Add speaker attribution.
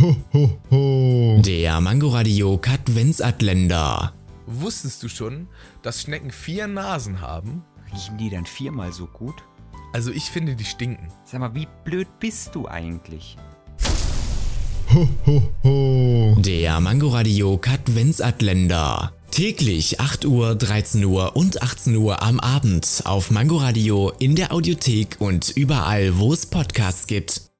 Speaker 1: Ho, ho, ho.
Speaker 2: Der Mangoradio Katwensatländer.
Speaker 3: Wusstest du schon, dass Schnecken vier Nasen haben?
Speaker 4: Riechen die dann viermal so gut?
Speaker 3: Also ich finde, die stinken.
Speaker 4: Sag mal, wie blöd bist du eigentlich?
Speaker 1: Ho, ho, ho.
Speaker 2: Der Mangoradio Katwensatländer. Täglich 8 Uhr, 13 Uhr und 18 Uhr am Abend auf Mangoradio in der Audiothek und überall, wo es Podcasts gibt.